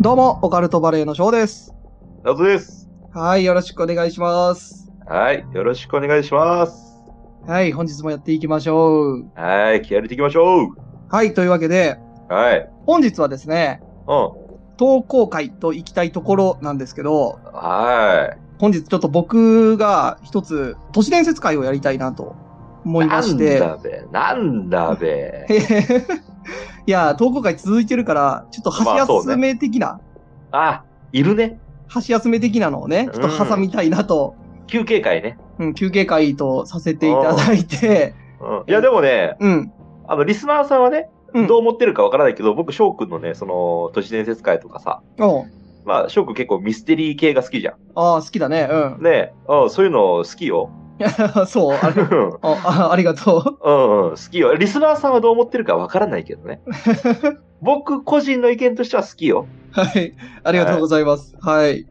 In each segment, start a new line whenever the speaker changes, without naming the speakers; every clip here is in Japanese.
どうも、オカルトバレーの翔です。
ナズです。
はい、よろしくお願いします。
はい。よろしくお願いします。
はい、本日もやっていきましょう。
はい。気合入れていきましょう。
はい、というわけで、
はい。
本日はですね、
うん。
投稿会と行きたいところなんですけど、
は
本日ちょっと僕が一つ都市伝説会をやりたいなと思
い。
い
な
まし
ん
て、
だべ。なんだべ。
へへへ いや、投稿会続いてるから、ちょっと
まあ
箸
そうね
休め的な、
あ、いるね。
箸休め的なのをね、ちょっと挟みたいなと、
休憩会ね。
うん、休憩会とさせていただいて、
うん。いや、でもね、
うん、
あの、リスナーさんはね、
うん
どう思ってるかわからないけど、僕、翔くんのね、その、都市伝説会とかさ、
おう
まあ、翔くん結構ミステリー系が好きじゃ
ああ、好きだね、うん
ん。。ねうん、そういうの好きよ。
そう、あ
う
れ、
ん、
ああありがと
うん、好きよ。リスナーさんはどう思ってるかわからないけどね。僕個人の意見としては好きよ。
う。 はい。ありがとうございます。はい。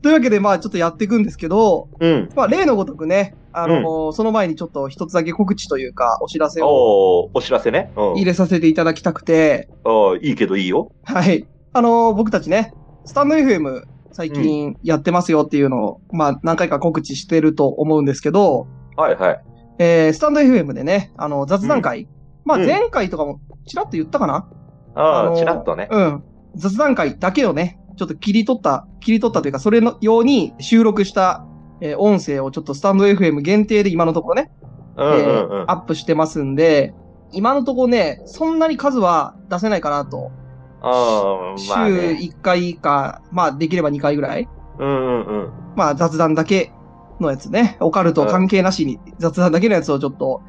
というわけで、まあ、ちょっとやっていくんですけど、
うん。
まあ、例のごとくね、あの、その前にちょっと一つだけ告知というか、お知らせを
おーお知らせね。うん。
入れさせていただきたくて、
ああ、いいけどいいよ。
はい。あの、僕たちね、スタンド FM 最近やってますよっていうのを、まあ、何回か告知してると思うんですけど、
はいはい。
えー、スタンド FM でね、あの、雑談会、まあ、
うん
前回とかもちらっと言ったかな
あ
あ
あ、
のー
ちらっとね。
うん。雑談会だけをね、ちょっと切り取った、切り取ったというか、それのように収録した、えー音声をちょっとスタンド FM 限定で今のところね、
うん
え
うんう
ー
ん。
アップしてますんで、今のところね、そんなに数は出せないかなと。
ああ、
週
まあね。
1回か、まあできれば2回ぐらい。
うんうんうん。
まあ雑談だけのやつね、オカルト関係なしに雑談だけのやつをちょっと、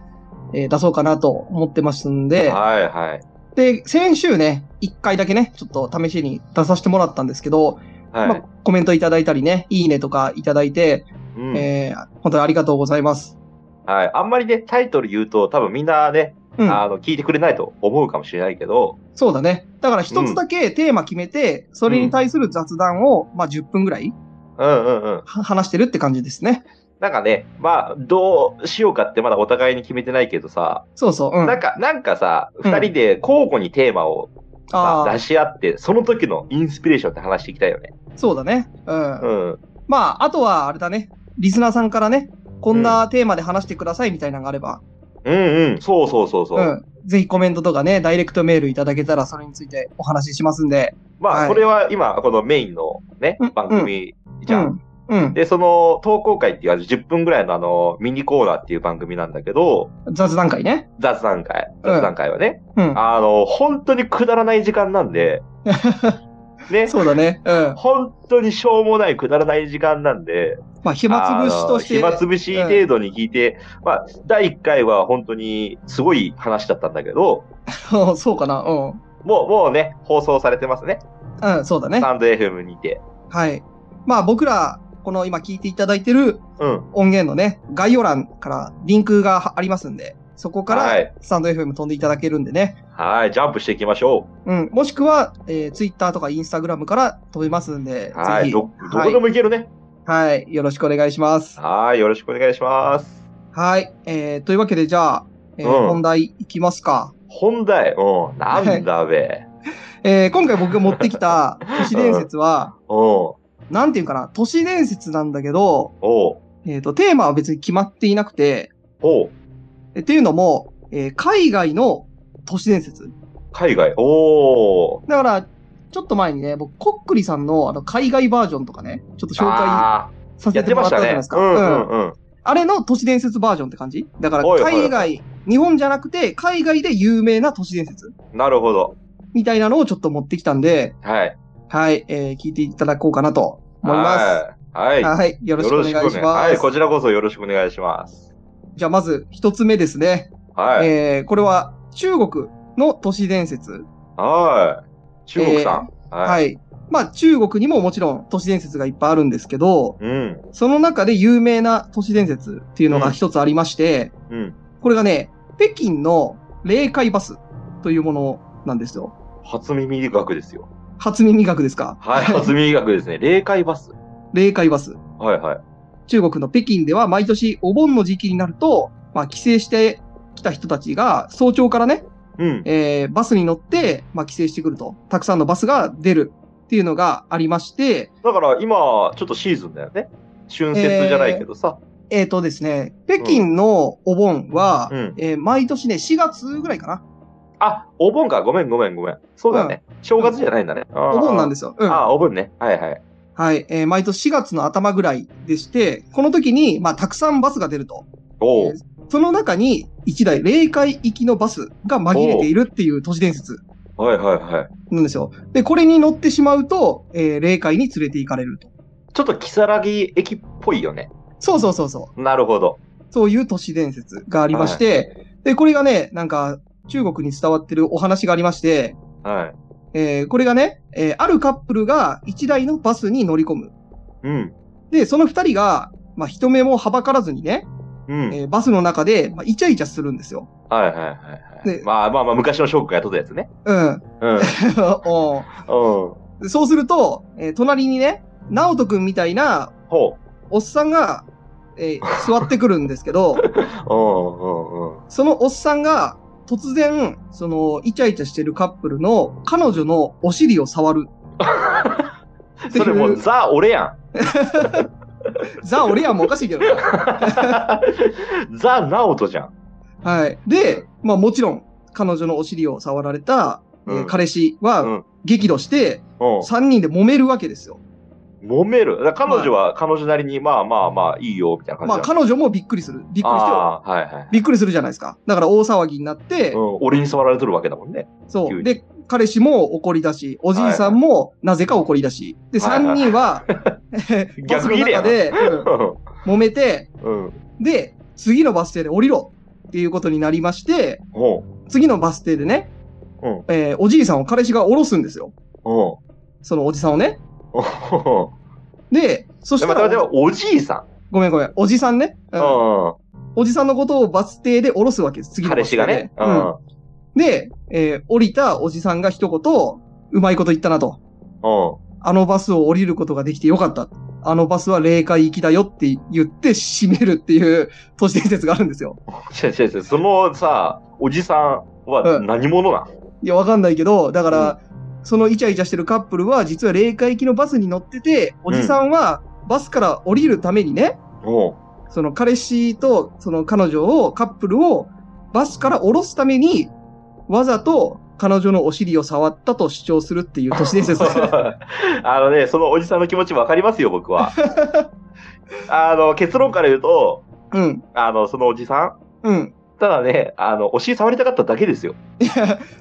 えー出そうかなと思ってますんで、
はいはい。
で、先週ね、1回だけね、ちょっと試しに出させてもらったんですけど、ま
は
あ
い。、
コメントいただいたりね、いいねとかいただいて、
うん
えー本当にありがとうございます。
はい。あんまりね、タイトル言うと多分みんなね、
うん、
あの、聞いてくれないと思うかもしれないけど、
そうだね。だから一つだけテーマ決めて、それに対する雑談を、まあ、10分ぐらい
うんうんうん。
は話してるって感じですね。
なんかね、まあ、どうしようかってまだお互いに決めてないけどさ、
そうそう。うん、
なんか、なんかさ、
うん
二人で交互にテーマをさ
あ
出
あ、
し合って、その時のインスピレーションって話していきたいよね。
そうだね。うん。
うん。
まあ、あとはあれだね。リスナーさんからね、こんなテーマで話してくださいみたいなのがあれば、
うんうん。そうそうそうそう
う。ん。ぜひコメントとかね、ダイレクトメールいただけたら、それについてお話ししますんで。
まあ、
はい
これは今、このメインのね
うん、
番組じゃん。
うん。
で、その、投稿会っていう、あの10分ぐらいのあの、ミニコーナーっていう番組なんだけど、
うん。雑談会ね。
雑談会、雑談会はね、
うん。
あの、本当にくだらない時間なん で、ね、
そうだね。うん。
本当にしょうもないくだらない時間なんで、
まあ、暇つぶしとして。
あの暇つぶし程度に聞いて、まあ、第1回は本当にすごい話だったんだけど、
うん そうかな。う
もう、もうね、放送されてますね。
ん。うん、そうだね
ス。タンド FM にて。
はい。まあ僕ら、この今聞いていただいてる
うん。
音源のね、概要欄からリンクがはありますんで、そこか
は
ら
い
スタンド FM 飛んでいただけるんでね。
はい、ジャンプしていきましょう。
うん。もしくは、えー、Twitter とか Instagram から飛べますんで、
は
ぜ
い、
ひ
ど、どこでもいけるね。
はい。はい。よろしくお願いします。
はい、よろしくお願いします。
はい。えー、というわけでじゃあ、えー
うん
本題いきますか。
本題、うん、なんだべ。
えー、今回僕が持ってきた都市伝説は、
うん、
なんていうかな、都市伝説なんだけど、
おう、
えっ、と、テーマは別に決まっていなくて、
おう、
えっていうのも、えー海外の都市伝説。
海外、おー。
だから、ちょっと前にね、僕、コックリさんのあの海外バージョンとかね、ちょっと紹介
あ
さ
ー
せ
やってて
もら
まし
った
た
じゃない
ね
です。
う
か。
んうん
うん
うん。
あれの都市伝説バージョンって感じだから、
おいおいおい
海外、日本じゃなくて、海外で有名な都市伝説
なるほど。
みたいなのをちょっと持ってきたんで、
はい。
はい、えー聞いていただこうかなと思います。
はい。はい。
はい、よろしくお願いします。
よろくおはい、こちらこそよろしくお願いします。
じゃあ、まず一つ目ですね。
はい。
えーこれは中国の都市伝説
はい。中国さん。。
はいい。まあ中国にももちろん都市伝説がいっぱいあるんですけど、
うん、
その中で有名な都市伝説っていうのが一つありまして、
うん。
これがね、北京の霊界バスというものなんですよ。
初耳学ですよ。
初耳学ですか
はい、初耳学ですね。霊界バス。
霊界バス。
はいはい。
中国の北京では毎年お盆の時期になると、まあ帰省してきた人たちが早朝からね、
うん。
えーバスに乗って、まあ帰省してくると。たくさんのバスが出るっていうのがありまして、
だから今、ちょっとシーズンだよね。春節じゃないけどさ。
えっ、とですね、北京のお盆は、
うん
えー毎年ね、4月ぐらいかな。
あ、お盆か。ごめんごめんごめん。そうだね。正月じゃないんだね。
お
お。
盆なんですすよ。うん。
あ、お盆ね。はいはい。
はい。えー毎年4月の頭ぐらいでして、この時に、まあ、たくさんバスが出ると。
おお
えー。その中に、1台、霊界行きのバスが紛れているっていう都市伝説
はいはいはい。
なんですよ。で、これに乗ってしまうと、えー霊界に連れて行かれると。
ちょっと木更木駅っぽいよね。
そうそうそうそう。
なるほど。
そういう都市伝説がありまして、で、これがね、なんか、中国に伝わってるお話がありまして、
は
えーこれがね、えーあるカップルが1台のバスに乗り込む。
い。うん。
で、その2人が、まあ、人目もはばからずにね、
うん。
えーバスの中で、まあ、イチャイチャするんですよ。
はいはいはいはい。
で
まあまあまあ、昔のショックがとったやつね。
うん。
うん。
おう
うん。
そうすると、えー隣にね、直人くんみたいな
ほ
おっさんが、えー座ってくるんですけど、
う。うんうんうん。
そのおっさんが突然、その、イチャイチャしてるカップルの彼女のお尻を触る。
それもうザ・俺やん。
ザ・俺やもおかしいけどな。
ザ・ナオトじゃん。
はい。で、まあもちろん、彼女のお尻を触られた、えー
うん
彼氏
う
は
ん
激怒して、
うん。
3人で揉めるわけですよ。
揉める。だから彼女は彼女なりに、まあまあまあ、いいよ、みたいな
ま
感
あ
じだ。
彼女もびっくりする。びっくりして、
ああ、はいはい。
びっくりするじゃないですか。だから大騒ぎになって、
うん、俺に触られとるわけだもんね。
そ
急
う。
に
で、彼氏も怒り出し、おじいさんもなぜか怒り出し。で、
はいはい
3人は、バス
逆
の
ギレや
中
な
で、うん揉めて、
うん。
で、次のバス停で降りろっていうことになりまして、
ほ
次のバス停でね、
うん
えーおじいさんを彼氏が降ろすんですよ。
う。ほ
そのおじさんをね。
う。ほ。
で、そうし
で
た
も、で
ら、
も、おじいさ
ごめんごめん、おじさんね、
ん。
う
うんん。
おじさんのことをバス停で降ろすわけです。次のバ
彼
ス停
氏
で。
がね。う
うん
ん。
で、えー降りたおじさんが一言、うまいこと言ったなと。
うん。
あのバスを降りることができてよかった。あのバスは霊界行きだよって言って閉めるっていう都市伝説があるんですよ。
違う違う違う。そのさ、おじさんは何者なん
いや、わかんないけど、だから、そのイチャイチャしてるカップルは実は霊界行きのバスに乗ってて、おじさんはバスから降りるためにね、
ほ
その彼氏とその彼女を、カップルをバスから降ろすために、わざと彼女のお尻を触ったと主張するっていう都市伝 説
あのね、そのおじさんの気持ちわかりますよ、僕は。 あの、結論から言うと、
うん、
あの、そのおじさん、
うん。
ただね、あの、お尻触りたかっただけですよ。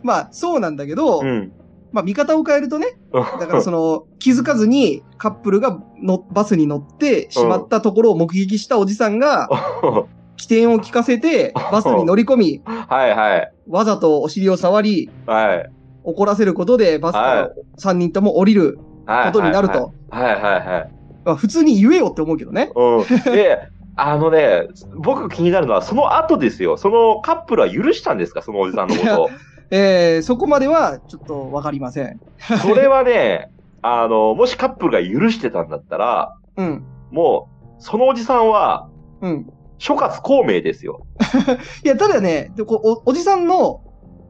まあ、そうなんだけど、
うん。
まあ、見方を変えるとね、だ
だ
からその、気づかずにカップルがのバスに乗ってしまったところを目撃したおじさん が、
の、
起点を聞かせて、バスに乗り込み、
はいはい。
わざとお尻を触り、
はい。
怒らせることでバスから3人とも降りる
はい。
ことになると。。
はいはいはい。
まあ、普通に言えよって思うけどね。
うん。で、あのね、僕気になるのは、その後ですよ。そのカップルは許したんですかそのおじさんのことを。
えー、そこまではちょっとわかりません。
それはね、あの、もしカップルが許してたんだったら、
うん。
もう、そのおじさんは、
うん。
諸葛孔明ですよ。
いや、ただね、でこうおおじさんの、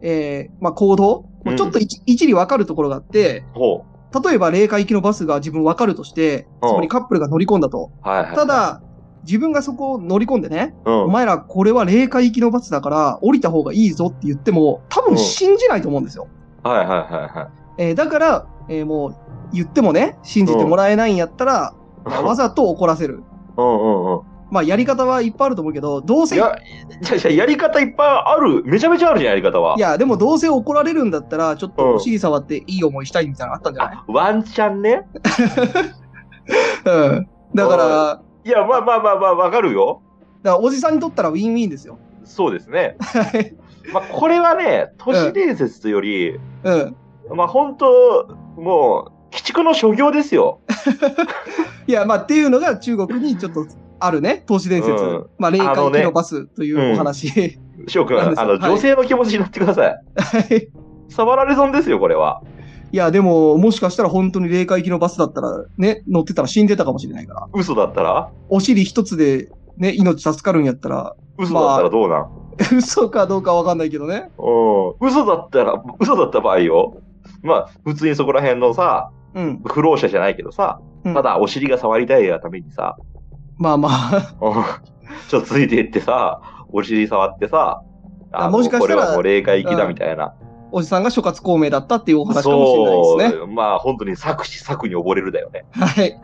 えー、まあ、行動、まあちょっと一,、一理わかるところがあって、
ほ
例えば霊界行きのバスが自分わかるとして、
うん
そこにカップルが乗り込んだと。
う。はいはい。
た、だ、自分がそこを乗り込んでね、
うん
お。前らこれは霊界行きのバスだから降りた方がいいぞって言っても、多分信じないと思うんですよ。
はいはいはいはい。
えーだから、えーもう言ってもね、信じてもらえないんやったら、まあわざと怒らせる。
うんうんうん。
まあやり方はいっぱいあると思うけど、どうせ、
い
いや、
や、じゃじゃやり方いっぱいある。めちゃめちゃあるじゃん、やり方は。
でもどうせ怒られるんだったら、ちょっ
うん
とお尻触っていい思いしたいみたいなのあったんじゃない
あ、ワンチャンね。
うん。だから、だか
いや、まあまあまあまあ、わかるよ。
らおじさんにとったらウィンウィンですよ。
そうですね。
はい。
まあ、これはね、都市伝説というより、
うん。
まあ本当、もう、鬼畜の所業ですよ。
いや、まあっていうのが中国にちょっとあるね、都市伝説。
うん
まあ霊界
あの
行
ね
きのバスというお話。
翔くん、
なんです
あ
よ
の、
はい
女性の気持ちになってください。
はい
触られ損ですよ、これは。
いや、でも、もしかしたら本当に霊界行きのバスだったら、ね、乗ってたら死んでたかもしれないから。
嘘だったら
お尻一つで、ね、命助かるんやったら、
嘘だったらどうなん、
嘘かどうかわかんないけどね。
うん。嘘だったら、嘘だった場合よ。まあ、普通にそこら辺のさ、
うん。
不老者じゃないけどさ、
うん
ただお尻が触りたいがためにさ、
まあまあ、
うんちょっとついていってさ、お尻触ってさ、
あ
あ
もしかしたら
これはもう霊界行きだみたいな。
おじさんが諸葛孔明だったっていうお話かもしれ
そう、
ないですね。
まあ本当に作詞作に溺れるだよね。
はい。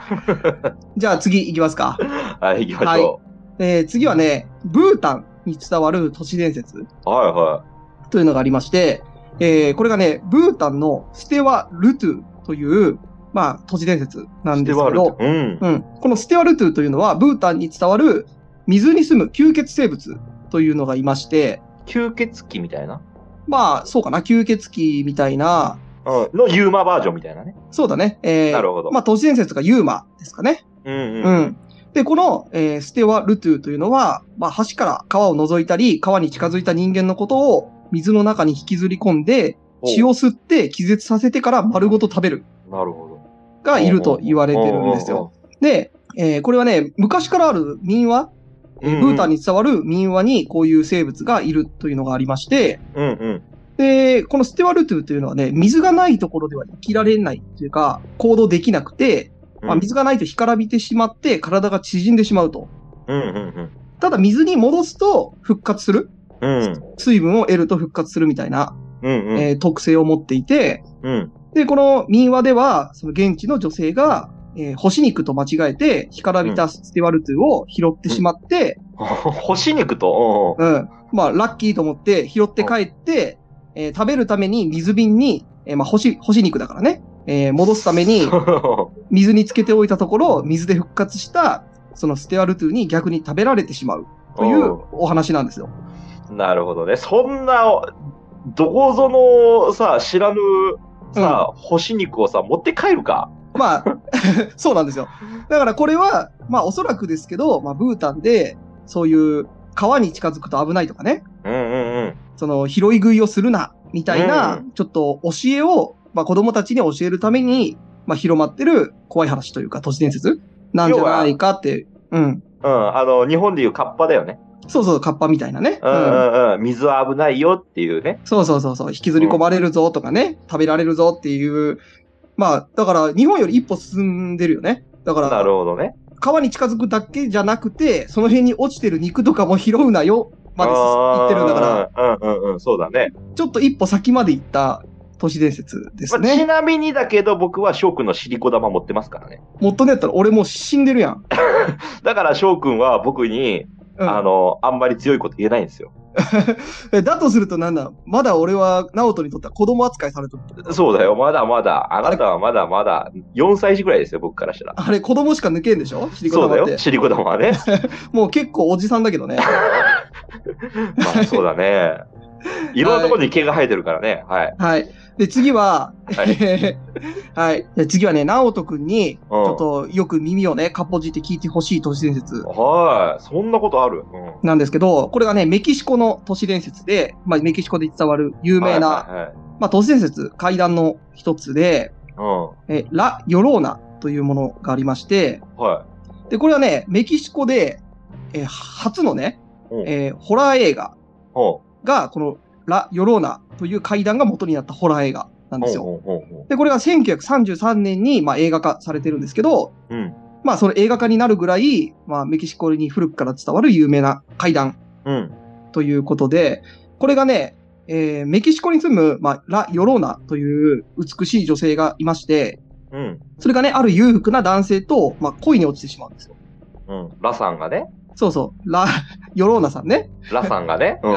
じゃあ次行きますか。
はい、行きましょ
えー次はね、ブータンに伝わる都市伝説
う。はい、は。
というのがありまして、えーこれがね、ブータンのステワルトゥという、まあ、都市伝説ないん
ス
で
テ
す
ワ
け
ルト
ど、
うん。
うん、このステワルトゥというのは、ブータンに伝わる水に住む吸血生物というのがいまして、
吸血鬼みたいな。
まあ、そうかな、吸血鬼みたいな、
うん。のユーマバージョンみたいなね。
そうだね、えー
なるほど
まあ、都市伝説がユーマですかね。
うんうん。
うん。で、この、えーステワ・ルトゥというのは、まあ、橋から川を覗いたり、川に近づいた人間のことを水の中に引きずり込んで、
お
血を吸って気絶させてから丸ごと食べる
なるほど。
がいると言われてるんですよ。で、えーこれはね、昔からある民話、
うんうん。
ブータン
に。
に伝わる民話にこういう生物がいるというのがありまして、
うんうん。
で、このステワルトゥというのはね、水がないところでは生きられないというか、行動できなくて、まあ、水がないと干からびてしまって、体が縮んでしまうと。
うんうん
ただ水に戻すと復活する。
うん。うん。
水分を得ると復活するみたいな、
うんうん。
えー特性を持っていて、
うん。
で、この民話では、その現地の女性が、えー干し肉と間違えて、干からびたステワルトゥを拾ってしまって、
星肉と、
うん、まあ、ラッキーと思って拾って帰って、えー食べるために水瓶に、えーまあ、干し、干し肉だからね、えー戻すために
うんうん。
水につけておいたところ、水で復活した、そのステワルトゥに逆に食べられてしまうというお話なんですよ。
なるほどね。そんな、どこぞのさ、知らぬさ、星肉をさ、持って帰るか。
まあ、 そうなんですよ。だからこれは、まあおそらくですけど、まあブータンで、そういう川に近づくと危ないとかね、
うんうんうん。
その拾い食いをするな、みたいな、
うん
ちょっと教えを、まあ子供たちに教えるために、まあ広まってる怖い話というか都市伝説なんじゃないかって、うん。
うん、あの、日本でいうカッパだよね。
そうそう、カッパみたいなね。
う
うん
うんんうん。水は危ないよっていうね。
そうそうそうそう、引きずり込まれるぞとかね、食べられるぞっていう、まあだから日本より一歩進んでるよね。だから、
なるほどね。
川に近づくだけじゃなくて、その辺に落ちてる肉とかも拾うなよ、まで行ってるんだから、
ら。うんうんうん、そうだね。
ちょっと一歩先まで行った都市伝説です
まあち
ね。
なみにだけど、僕は翔くんのシリコ玉持ってますからね。
もっとねやったら俺もう死んでるやん。
だから翔くんは僕に、
うん
あの、あんまり強いこと言えないんですよ。
えだとするとなんだ、まだ俺は直人にとっては子供扱いされてる。
そうだよ、まだまだ。あなたはまだまだ、4歳児ぐらいですよ、僕からしたら。
あれ子供しか抜けんでしょシリコ
そうだ
玉って
よ、。シリコ玉はね。
もう結構おじさんだけ どね。
まあそうだ ね。いろんなところに毛が生えてるからね。はい。
はい。で、次は、
はい
はい。で次はね、直人くんに、
うん
ちょっとよく耳をね、かっぽじって聞いてほしい都市伝説。
はい。そんなことある。うん。
なんですけど、これがね、メキシコの都市伝説で、まあ、メキシコで伝わる有名な、
はいはいはい
まあ、都市伝説、階段の一つで、
う
え、ラ・ヨローナというものがありまして、
ん。は
で、これはね、メキシコで、えー初のね
う、ん
えーホラー映画
い。ほ
が、このラ・ヨローナという階段が元になったホラー映画なん
う。
ですよ。
ほうほうほ
で、これが1933年に、まあ、映画化されてるんですけど、
う。うん。
まあ、その映画化になるぐらい、まあ、メキシコに古くから伝わる有名な階段
うん。
ということで、これがね、えーメキシコに住む、まあ、ラ・ヨローナという美しい女性がいまして、
うん。
それがね、ある裕福な男性と、まあ、恋に落ちてしまうんですよ。
うん。ラさんがね。
そうそう、ラ・ヨローナさんね。
ラさんがね。うん。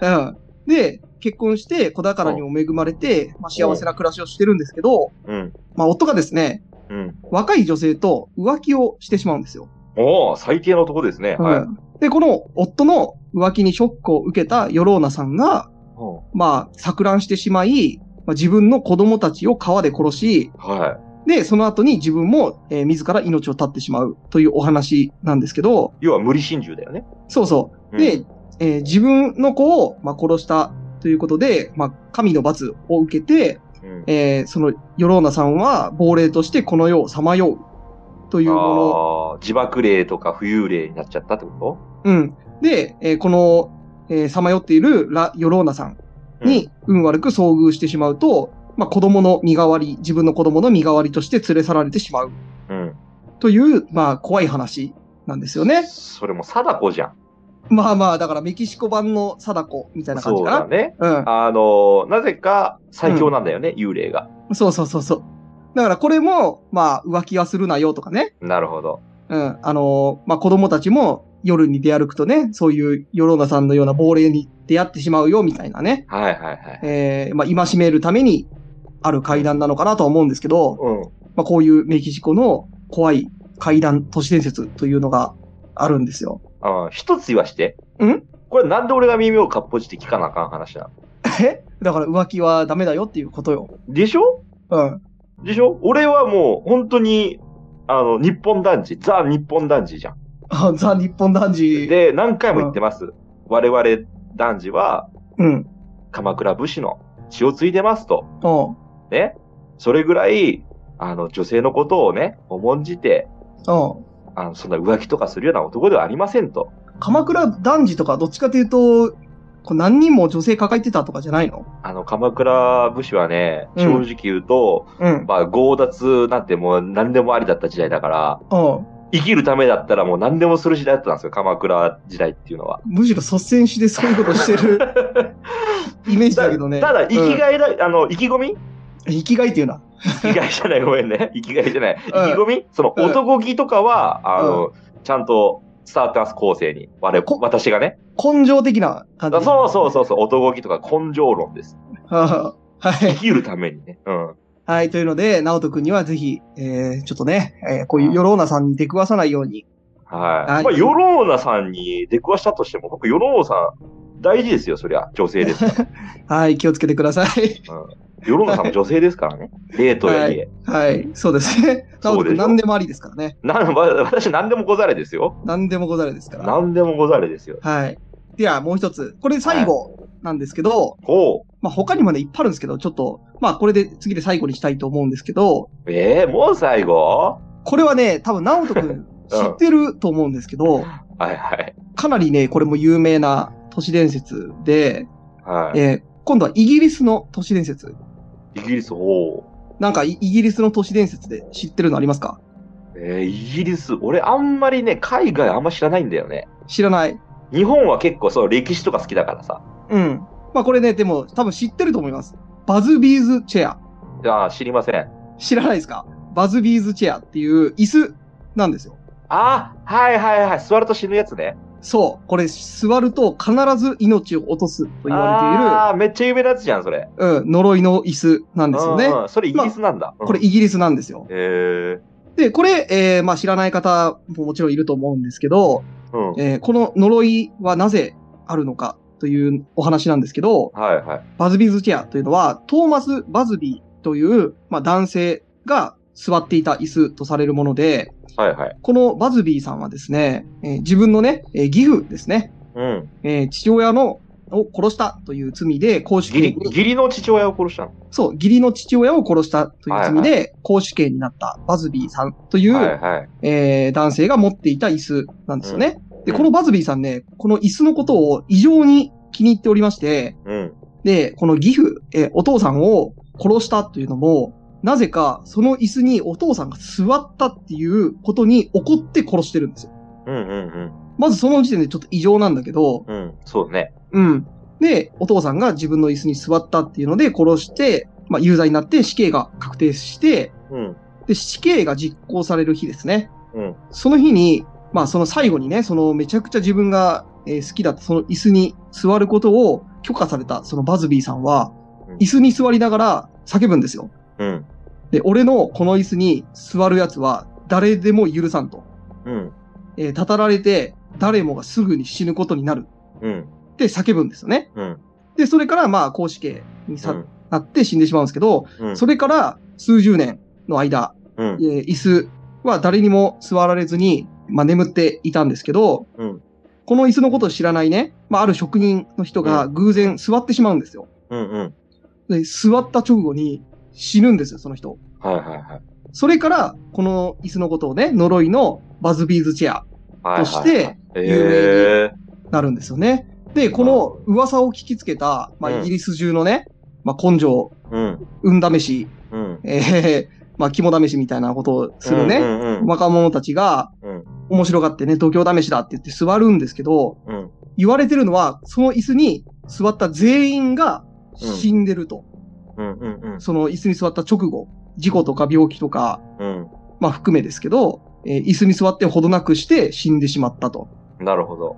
うんで、結婚して子宝にも恵まれて、まあ、幸せな暮らしをしてるんですけど、
うん。
まあ、夫がですね、
うん。
若い女性と浮気をしてしまうんですよ。
おお、最低のとこですね。はい。
うんで、この夫の浮気にショックを受けたヨローナさんが、
うん
まあ、錯乱してしまい、まあ、自分の子供たちを川で殺し、
は
で、その後に自分も、えー自ら命を絶ってしまうというお話なんですけど、
い。要は無理心中だよね。
そうそう。で、えー自分の子を、まあ、殺したということで、まあ、神の罰を受けて、
うん、うん。
えーそのヨローナさんは亡霊としてこの世をさまようというも
ああ、自爆霊とか浮遊霊になっちゃったってこ
の、うん。で、えーこの、えーさまよっているラ・ヨローナさん
と、
に運悪く遭遇してしまうと、まあ、子供の身代わり、自分の子供の身代わりとして連れ去られてしまう
うん。
という、まあ、怖い話なんですよね。
それも貞子じゃん。
まあまあ、だからメキシコ版の貞子みたいな感
そ
じ
うだ
か
ね。
な。
あの、なぜか最強なんだよね、幽霊が。
うん。そうそうそうそう。だからこれも、まあ、浮気はするなよとかね。
なるほど。
うん。あのーまあ、子供たちも夜に出歩くとね、そういう世論ナさんのような亡霊に出会ってしまうよみたいなね。
はいはいはい。
えー、まあ、戒めるためにある階段なのかなとは思うんですけど、
うん。
まあ、こういうメキシコの怖い階段都市伝説というのがあるんですよ。
あ一つ言わして。
ん
これなんで俺が耳をかっぽじって聞かなあかん話なの
えだから浮気はダメだよっていうことよ。
でしょ
うん。
でしょ俺はもう本当に、あの、日本男児、ザ・日本男児じゃん。
あザ・日本男児。
で、何回も言ってます。我々男児は
うん。うん。
鎌倉武士の血を継いでますと。ね。それぐらい、あの、女性のことをね、重んじて、
う
あの、そんな浮気とかするような男ではありませんと。
ん。鎌倉男児とかどっちかというと、こう何人も女性抱えてたとかじゃないの
あの、鎌倉武士はね、
うん
正直言うと、
うん。
まあ、強奪なんてもう何でもありだった時代だから、
うん。
生きるためだったらもう何でもする時代だったんですよ、鎌倉時代っていうのは。
むしろ率先してそういうことしてる イメージだけどね。
ただ、生き
うん
がいだ、あの、意気込み
生きがいっていうな。
生きがいじゃない、ごめ んね。生きがいじゃない。意気
うん
込みその、
うん
男気とかは、あの、ちゃんと伝わってます、後世に。我々
こ
私がね。
根性的な感じ。
そうそうそうそう、男気とか根性論です。
ああ は
生
い。
きるためにね。うん。
はい。というので、直人くんにはぜひ、えー、ちょっとね、えーこういう世論なさんに出くわさないように。
は。
はいい
まあ、世ローナさんに出くわしたとしても、僕、世ローナさん、大事ですよ、そりゃ。女性です。
はい。気をつけてください。
世ローナさんも女性ですからね。デートより。
はい。そうですね。直
そ
人
うで
く
しょ
ん何でもありですからね。
なん、わ私、何でもござれですよ。
何でもござるですから。
何でもござれですよ。
はい。では、もう一つ。これ最後なんですけど、
ほう。
まあ他にもね、いっぱいあるんですけど、ちょっと、まあこれで次で最後にしたいと思うんですけど、
ええもう最後
これはね、多分直人 くん知ってると思うんですけど、
はいはい。
かなりね、これも有名な都市伝説で、
はい。
えー今度はイギリスの都市伝説。
イギリス、ほう。
なんかイイギリスの都市伝説で知ってるのありますか
えー、イギリス、俺あんまりね、海外あんま知らないんだよね。
知らない。
日本は結構そう、歴史とか好きだからさ。
うん。まあこれね、でも多分知ってると思います。バズビーズチェア。
あー知りません。
知らないですかバズビーズチェアっていう椅子なんですよ。
あーはいはいはい。座ると死ぬやつね。
そう。これ、座ると必ず命を落とすと言わ
あーめっちゃ有名なやつじゃん、それ。
れている、うん、呪いの椅子なんですよね。
うんうんそれイギリスなんだ。うん
これ、イギリスなんですよ。
えー、
で、これ、えーまあ、知らない方ももちろんいると思うんですけど、
うん。はい
えーこの呪いはなぜあるのかというお話なんですけど、
はい。
バズビーズチェアというのは、トーマス・バズビーという、まあ、男性が座っていた椅子とされるもので、
はいはい。
このバズビーさんはですね、えー自分のね、えー義父ですね、
うん。
えー父親のを殺したという罪で、公主
義
権
理、義理の父親を殺したの。
そう、義理の父親を殺したという罪で、公主権になったバズビーさんという、
はいはい。
えー男性が持っていた椅子なんですよね。で、
うん
このバズビーさんね、この椅子のことを異常に気に入っておりまして、
うん。
で、この義父、えーお父さんを殺したというのも、なぜか、その椅子にお父さんが座ったっていうことに怒って殺してるんですよ。
うんうん
まずその時点でちょっと異常なんだけど、
うん。うん。そうね。
うん。で、お父さんが自分の椅子に座ったっていうので殺して、まあ、有罪になって死刑が確定して、
うん。
で、死刑が実行される日ですね。
うん。
その日に、まあ、その最後にね、そのめちゃくちゃ自分が、えー好きだったその椅子に座ることを許可されたそのバズビーさんは
うん、
椅子に座りながら叫ぶんですよ。
うん。
で、俺のこの椅子に座るやつは誰でも許さんと。
うん。
えーたたられて誰もがすぐに死ぬことになる
うん。
って叫ぶんですよね。
うん。
で、それからまあ、公死刑にさ、
うん
なって死んでしまうんですけど、
うん。
それから数十年の間、
うん
え。ー椅子は誰にも座られずに、まあ、眠っていたんですけど、
うん
この椅子のことを知らないね、まあ、ある職人の人が偶然座ってしまうんですよ。
うん。うん。
で、座った直後に死ぬんですよ、その人。
はいはいはい。
それから、この椅子のことをね、呪いのバズビーズチェア
はいはいは
と
い
して、
ええ
なるんですよね。で、この噂を聞きつけた、まあ、
うん
イギリス中のね、まあ、根性、
うん。
運試し、
うん。
えー、まあ、肝試しみたいなことをするね、
うんうん
若者たちが
うん、
面白がってね、東京試しだって言って座るんですけど、
うん。うん
言われてるのは、その椅子に座った全員が死んでると。
うんうんうん
その椅子に座った直後、事故とか病気とか、
うん。
まあ含めですけど、えー椅子に座ってほどなくして死んでしまったと。
なるほど。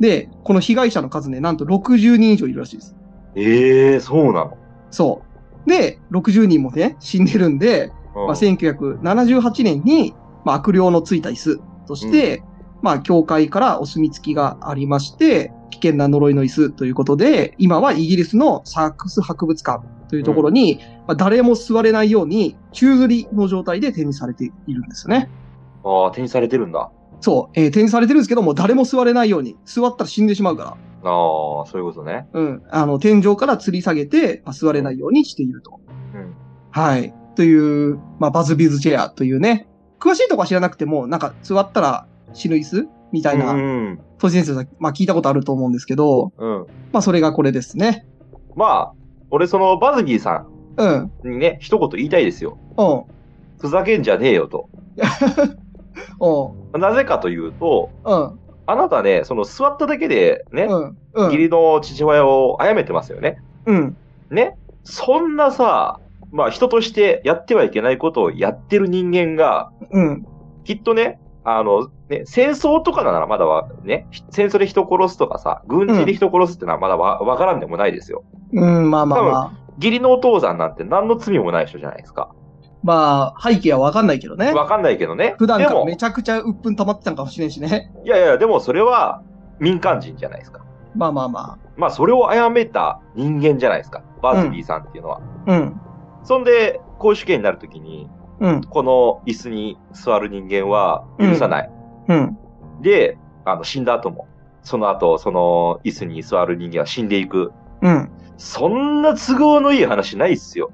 で、この被害者の数ね、なんと60人以上いるらしいです。
ええ、そうなの
そう。で、60人もね、死んでるんで、
うん
まあ、1978年に、まあ、悪霊のついた椅子として、まあ、教会からお墨付きがありまして、危険な呪いの椅子ということで、今はイギリスのサークス博物館というところに、まあ、誰も座れないように、宙吊りの状態で展示されているんですよね。
ああ、展示されてるんだ。あ
そう、えー展示されてるんですけども、誰も座れないように、座ったら死んでしまうから、
あ、そういうことね。
うん、あの、天井から吊り下げて、まあ、座れないようにしていると。
うん。
はい。という、まあ、バズビーズチェアというね、詳しいとこは知らなくても、なんか座ったら死ぬ椅子みたいな、
うん。
都市伝説は、まあ、聞いたことあると思うんですけど、
うん。
まあ、それがこれですね。
まあ、俺そのバズギーさ
うん。うん。
んにね、一言言いたいですよ。
お
ふざけんじゃねえよと。
うん。
なぜかというと、
うん。
あなたね、その座っただけでね、
うん。う
義
ん。
理の父親を殺めてますよね。
うん。
ね。そんなさ、まあ人としてやってはいけないことをやってる人間が、
うん。
きっとね、あの、ね、戦争とかならまだは、ね、戦争で人殺すとかさ、軍事で人殺すってのはまだわわからんでもないですよ。
うん。まあまあまあ。
義理のお父さんなんて何の罪もない人じゃないですか。
まあ、背景はわかんないけどね。
わかんないけどね。
普段
で
から
も、
め
い
ちゃくちゃ鬱憤溜まってたんかもしれんしね。
やいや、でもそれは民間人じゃないですか。
まあまあま
まあそれを殺めた人間じゃないですか。バズビーさんっていうのは。
あ。うん。
そんで、公主権になるときに、
うん。
この椅子に座る人間は許さない。
うん。
で、あの、死んだ後も、その後、その椅子に座る人間は死んでいく。
うん。
そんな都合のいい話ないっ すよ。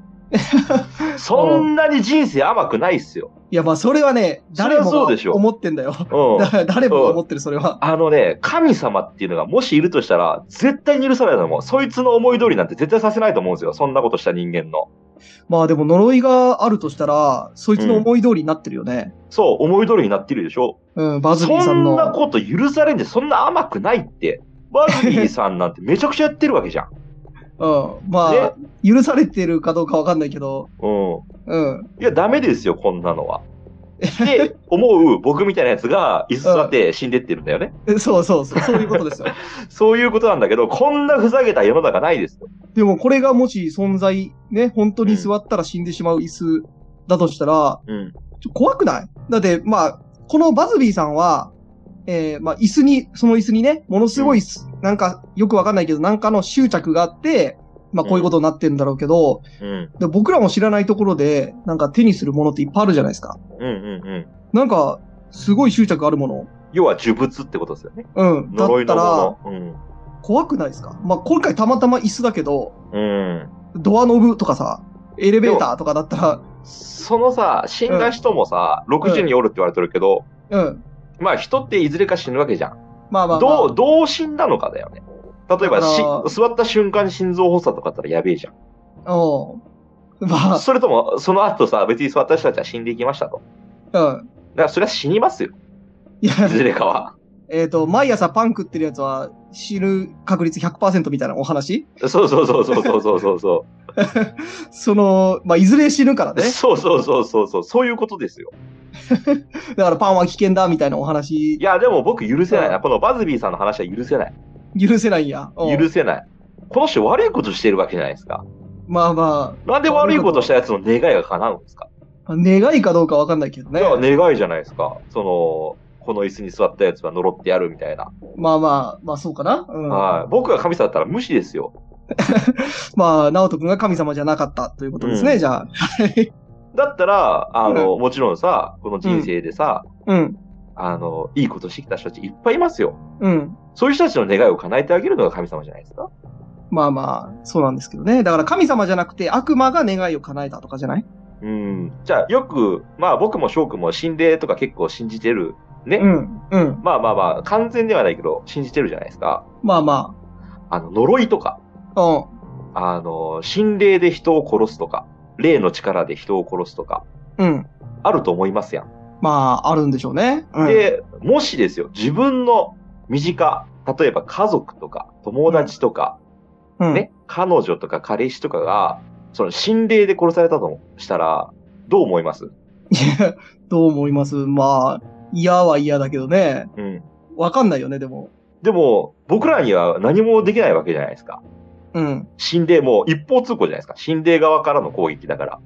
そんなに人生甘くないっすよ。
いや、まあ、それはね、誰も
そりゃそう
が
でしょ
思ってんだよ。
うん。
誰もが思ってる、それは。
あのね、神様っていうのがもしいるとしたら、絶対に許さないと思う。そいつの思い通りなんて絶対させないと思うんですよ。そんなことした人間の。
まあでも呪いがあるとしたら、そいつの思い通りになってるよね。
そう、思い通りになってるでしょ。
うん、バズビーさ
そ
ん
ん
の。
なこと許されんで、そんな甘くないって。バズビーさんなんてめちゃくちゃやってるわけじゃん。
うん、まあ、許されてるかどうかわかんないけど、
うん。
うん、
いや、ダメですよ、こんなのは。って思う僕みたいなやつが椅子座って死んでってるんだよね。
えそうそうそう、そういうことですよ。
そういうことなんだけど、こんなふざけた世の中ないですよ。
でもこれがもし存在、ね、本当に座ったら死んでしまう椅子だとしたら、
うん。
ちょ怖くないだって、まあ、このバズビーさんは、えーまあ、椅子に、その椅子にね、ものすごい、なんか、よくわかんないけど、なんかの執着があって、まあ、こういうことになってるんだろうけど、
うん。
で僕らも知らないところで、なんか手にするものっていっぱいあるじゃないですか。
うんうんうん。
なんか、すごい執着あるもの。
要は呪物ってことですよね。
うん。だ
呪
っ
い
た
の
ら、
もの。
怖くないですかまあ、今回たまたま椅子だけど、
うん。うん。
ドアノブとかさ、エレベーターとかだったら、
そのさ、死んだ人もさ、60人おるって言われてるけど、
うん。
まあ人っていずれか死ぬわけじゃん。
まあまあ、まあ、
どう、どう死んだのかだよね。例えば、し
だから
座った瞬間に心臓発作とかあったらやべえじゃん。
うん。ま
それとも、その後さ、別に座った人たちは死んでいきましたと。
あ、うん。
だからそれは死 にますよ。
いや、
いずれかは。
えっ、と、毎朝パン食ってるやつは死ぬ確率100%みたいなお話
そうそうそうそうそうそうそうそ
その、まあ、いずれ死ぬから
う。
ね。
そうそうそうそうそう。そういうことですよ。
だからパンは危険だみたいなお話
い、や、でも僕許せないな。このバズビーさんの話は許せない。
許せないんや。うん
許せない。この人悪いことしてるわけじゃないですか。
まあま
なんで悪いことしたやつの願いが叶うんですか
あ、願いかどうかわかんないけど
い
ね。
や、願いじゃないですか。その、この椅子に座ったやつは呪ってやるみたいな。
まあまあ、まあそうかな。うん、
はい。僕が神様だったら無視ですよ。
まあ、直人くんが神様じゃなかったということですね、
うん
じゃあ。
だったら、あの、もちろんさ、この人生でさ、
うん、
あの、いいことしてきた人たちいっぱいいますよ。
うん。
そういう人たちの願いを叶えてあげるのが神様じゃないですか。
まあまあ、そうなんですけどね。だから神様じゃなくて悪魔が願いを叶えたとかじゃない
うん。じゃあ、よく、まあ僕も翔くんも心霊とか結構信じてる。ね。
ん、うん。
まあまあまあ、完全ではないけど、信じてるじゃないですか。
まあま
あの、呪いとか、
あ、
あの、心霊で人を殺すとか、霊の力で人を殺すとか、
うん。
あると思いますやん。
まあ、あるんでしょうね。うん、
で、もしですよ、自分の身近、例えば家族とか友達とか、
うん、
ね、彼女とか彼氏とかが、その心霊で殺されたとしたら、どう思います
いや、 どう思いますまあ、嫌は嫌だけどね。
うん。
わかんないよね、でも。
でも、僕らには何もできないわけじゃないですか。
うん。
心霊もう一方通行じゃないですか。心霊側からの攻撃だから。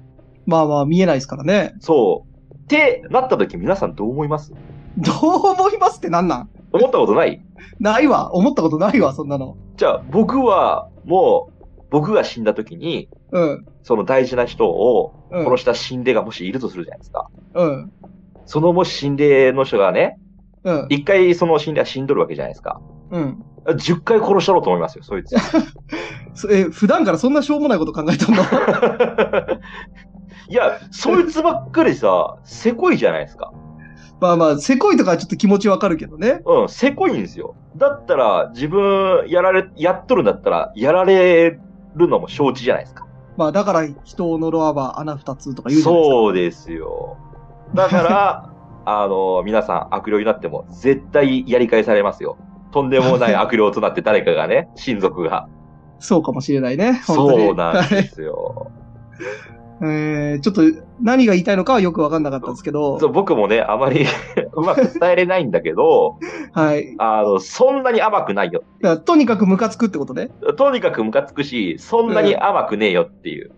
まあまあ、見えないですからね。
そう。ってなった時皆さんどう思います
どう思いますってなんなん
思ったことない
ないわ。思ったことないわ、そんなの。
じゃあ僕はもう僕が死んだ時に
うん。
その大事な人を
うん。
殺した心霊がもしいるとするじゃないですか。
うん。
そのもし心霊の人がね、
うん。
一回その心霊は死んどるわけじゃないですか。
うん。
10回殺したろうと思いますよ、そいつ。
そえ、普段からそんなしょうもないこと考えとんの
いや、そいつばっかりさ、せこいじゃないですか。
まあまあ、せこいとかはちょっと気持ちわかるけどね。
うん、せこいんですよ。だったら、自分、やられ、やっとるんだったら、やられるのも承知じゃないですか。
まあ、だから、人を呪わば穴二つとか言うじゃないですか。
そうですよ。だから、 あの、皆さん、悪霊になっても、絶対やり返されますよ。とんでもない悪霊となって、誰かが ね、親族が。
そうかもしれないね。本当に。
そ うなんですよ。
えー、ちょっと、何が言いたいのかはよくわかんなかったんですけど
そ。う僕もね、あまり うまく伝えれないんだけど、
はい。
あの、そんなに甘くないよ。
だからとにかくムカつくってことね。
とにかくムカつくし、そんなに甘くねえよっていう。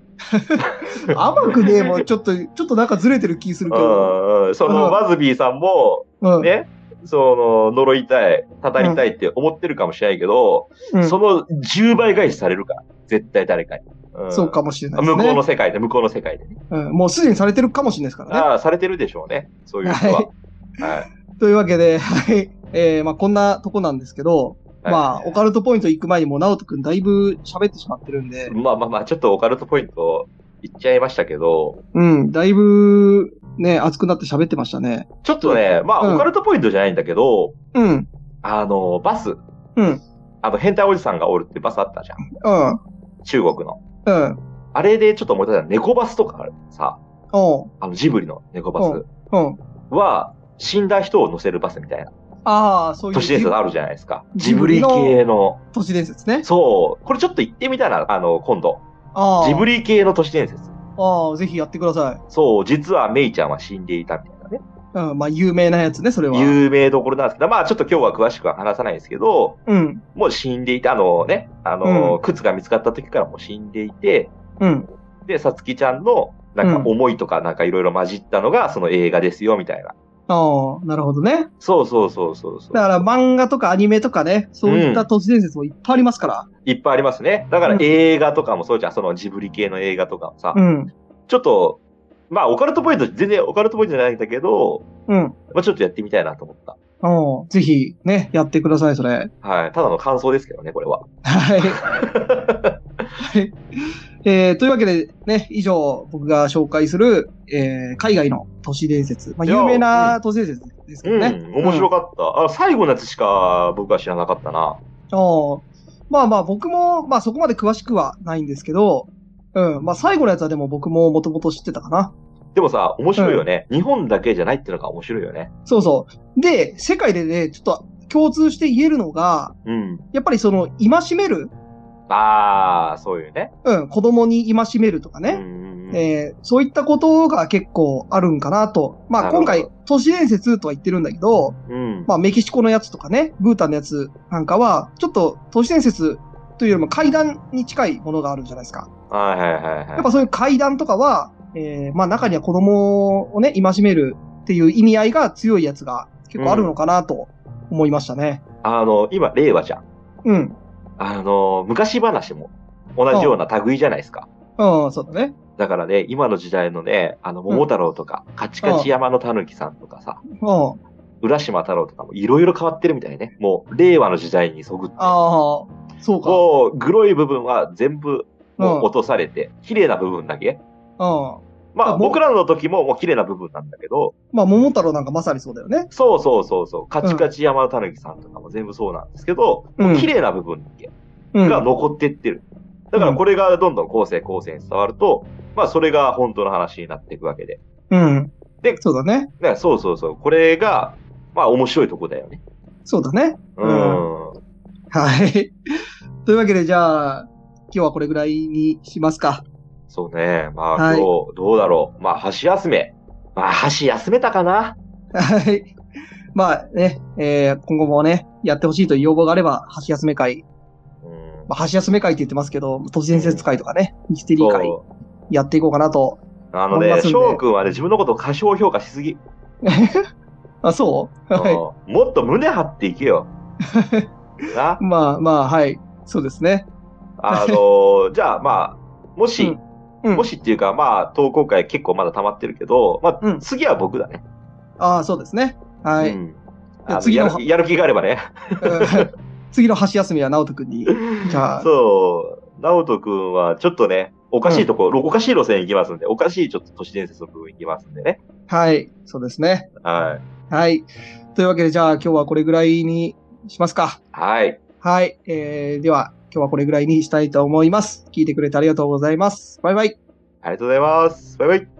甘くねえもんちょっと、ちょっとなんかずれてる気する
う
けど。
んうん、そ
うん
の、バズビーさんも、
うん。
ね、その、呪いたい、叩りたいって思ってるかもしれないけど、
うん
その10倍返しされるから、絶対誰かに。ん
そうかもしれないです
向
ね。
こうの世界で、向こうの世界でね。
うん、もうすでにされてるかもしれないですからね。
ああ、されてるでしょうね。そういう人は。はい。
というわけで、はい。えー、まあこんなとこなんですけど、
はい
まあ、オカルトポイント行く前にもう、ナオトくんだいぶ喋ってしまってるんで、
まあまあまあ、ちょっとオカルトポイント言っちゃいましたけど、
うん、だいぶ、ね、熱くなって喋ってましたね。
ちょっとね、ま
うん
あ、オカルトポイントじゃないんだけど、
うん、うん、
あの、バス。
うん
あの、変態おじさんがおるってバスあったじゃん。中国の。
うん、
あれでちょっと思い出した猫バスとかあるさ、
おう、
あの、ジブリの猫バス
うん。
は、死んだ人を乗せるバスみたいな、
ああ、そういう。
都市伝説あるじゃないですか。
ジ
ジ
ブ
ブ
リ
リ
の
系の。
都市伝説ね。
そう。これちょっと行ってみたら、あの、今度。
ああ、
ジブリ系の都市伝説。
ああ、ぜひやってくださ
そう、実はメイちゃんは死んでいたみたいなね。
い。うん、まあ、有名なやつね、それは。
有名どころなんですけど、まあちょっと今日は詳しくは話さないですけど、
うん、
もう死んでいて、あのね、あの、
う
靴が見つかった時からもう死んでいて、
うん。
で、さつきちゃんの、なんか思いとかなんかいろいろ混じったのが、その映画ですよ、みたいな。
ああ、なるほどね。
そうそうそうそうそう。
だから漫画とかアニメとかね、そういった都市伝説もいっぱいありますから。
いっぱいありますね。だか
う
ら
ん
映画とかもそうじゃん。そのジブリ系の映画とかもさ、
うん。
ちょっと、まあオカルトポイント、全然オカルトポイントじゃないんだけど、
うん。
まあちょっとやってみたいなと思った。
おうぜひ、ね、やってください、それ。
はい。ただの感想ですけどね、これは。
はい。はい。えー、というわけで、ね、以上、僕が紹介する、えー、海外の都市伝説。まあ、
いや
有名な都市伝説ですけど
うん、
ね。
面白かった。あ、最後のやつしか僕は知らなかったな。
おうまあまあ、僕も、まあそこまで詳しくはないんですけど、うん。まあ最後のやつはでも僕ももともと知ってたかな。
でもさ、面白いよね、日本だけじゃないっていうのが面白いよね。
そうそう。で、世界でね、ちょっと共通して言えるのが、
うん。
やっぱりその、戒める
ああ、そういうね。
うん、子供に戒めるとか
うん
ね、
うんうん
えーそういったことが結構あるんかなと。ま
な
あ
るほ
今
ど
回、都市伝説とは言ってるんだけど、
うん。
まあメキシコのやつとかね、ブータンのやつなんかは、ちょっと都市伝説というよりも怪談に近いものがあるじゃないですか。
はいはいはい
やっ
は
ぱそういう怪談とかは、えーまあ中には子供をね、戒めるっていう意味合いが強いやつが結構あるのかなと思いましたね。
い。あの、今、令和じゃん。
うん。
あの、昔話も同じような類じゃないですか。
うん、そうだね。
だからね、今の時代のね、あの、桃太郎とか、カチカチ山のたぬきさんとかさ、
うん。
浦島太郎とかもいろいろ変わってるみたいね。もう、令和の時代にそぐって。
ああ、そうか。
こう、グロい部分は全部もう
うん
落とされて、綺麗な部分だ
うん。
け。ま
あも
あ、
う
僕らの時ももう綺麗な部分なんだけど、
まあ桃太郎なんかまさにそうだよね。
そうそうそうそう、カチカチ山のたぬきさんとかも全部そうなんですけど、
うん
綺麗な部分だけ
うん
が残ってってる。だからこれがどんどん後世後世に伝わると、まあそれが本当の話になっていくわけで。
うん。
で
そうだね。
だからそうそうそう。これが、まあ面白いとこだよね。
そうだね。
うん。
はい。 というわけで、じゃあ、今日はこれぐらいにしますか。
そうね。まあ今
はい
日、どうだろう。まあ箸休め。まあ箸休めたかな。
はい。まあね、えー今後もね、やってほしいという要望があれば、箸休め会、
うん。
まあ、箸休め会って言ってますけど、都市伝説会とかね、ミステリー会
そう
やっていこうかなと。
あの
思いま
ね、
すんで
翔くんはね、自分のことを過小評価しすぎ。
あ、そう
うん
は。
もっと胸張っていけよ。ない
まあまあ、はい。そうですね。
あの ーじゃあまあ、もし、
うんうん
もしっていうかまあ、投稿会結構まだ溜まってるけど、まあ、
うん
次は僕だね。
ああ、そうですね。はい。
うんあの
次
や
の
るやる気があればね。
うん 次の箸休みは直人くんに。じゃあ
そう、直人くんはちょっとね、おかしいとこ、おかしい路線行きますんで、おかしいちょっと都市伝説の部分行きますんでね。
はい。そうですね。
はい。
はい。というわけで、じゃあ今日はこれぐらいにしますか。
はい。
はい。えー、では、今日はこれぐらいにしたいと思います。聞いてくれてありがとうございます。バイバイ。
ありがとうございます。バイバイ。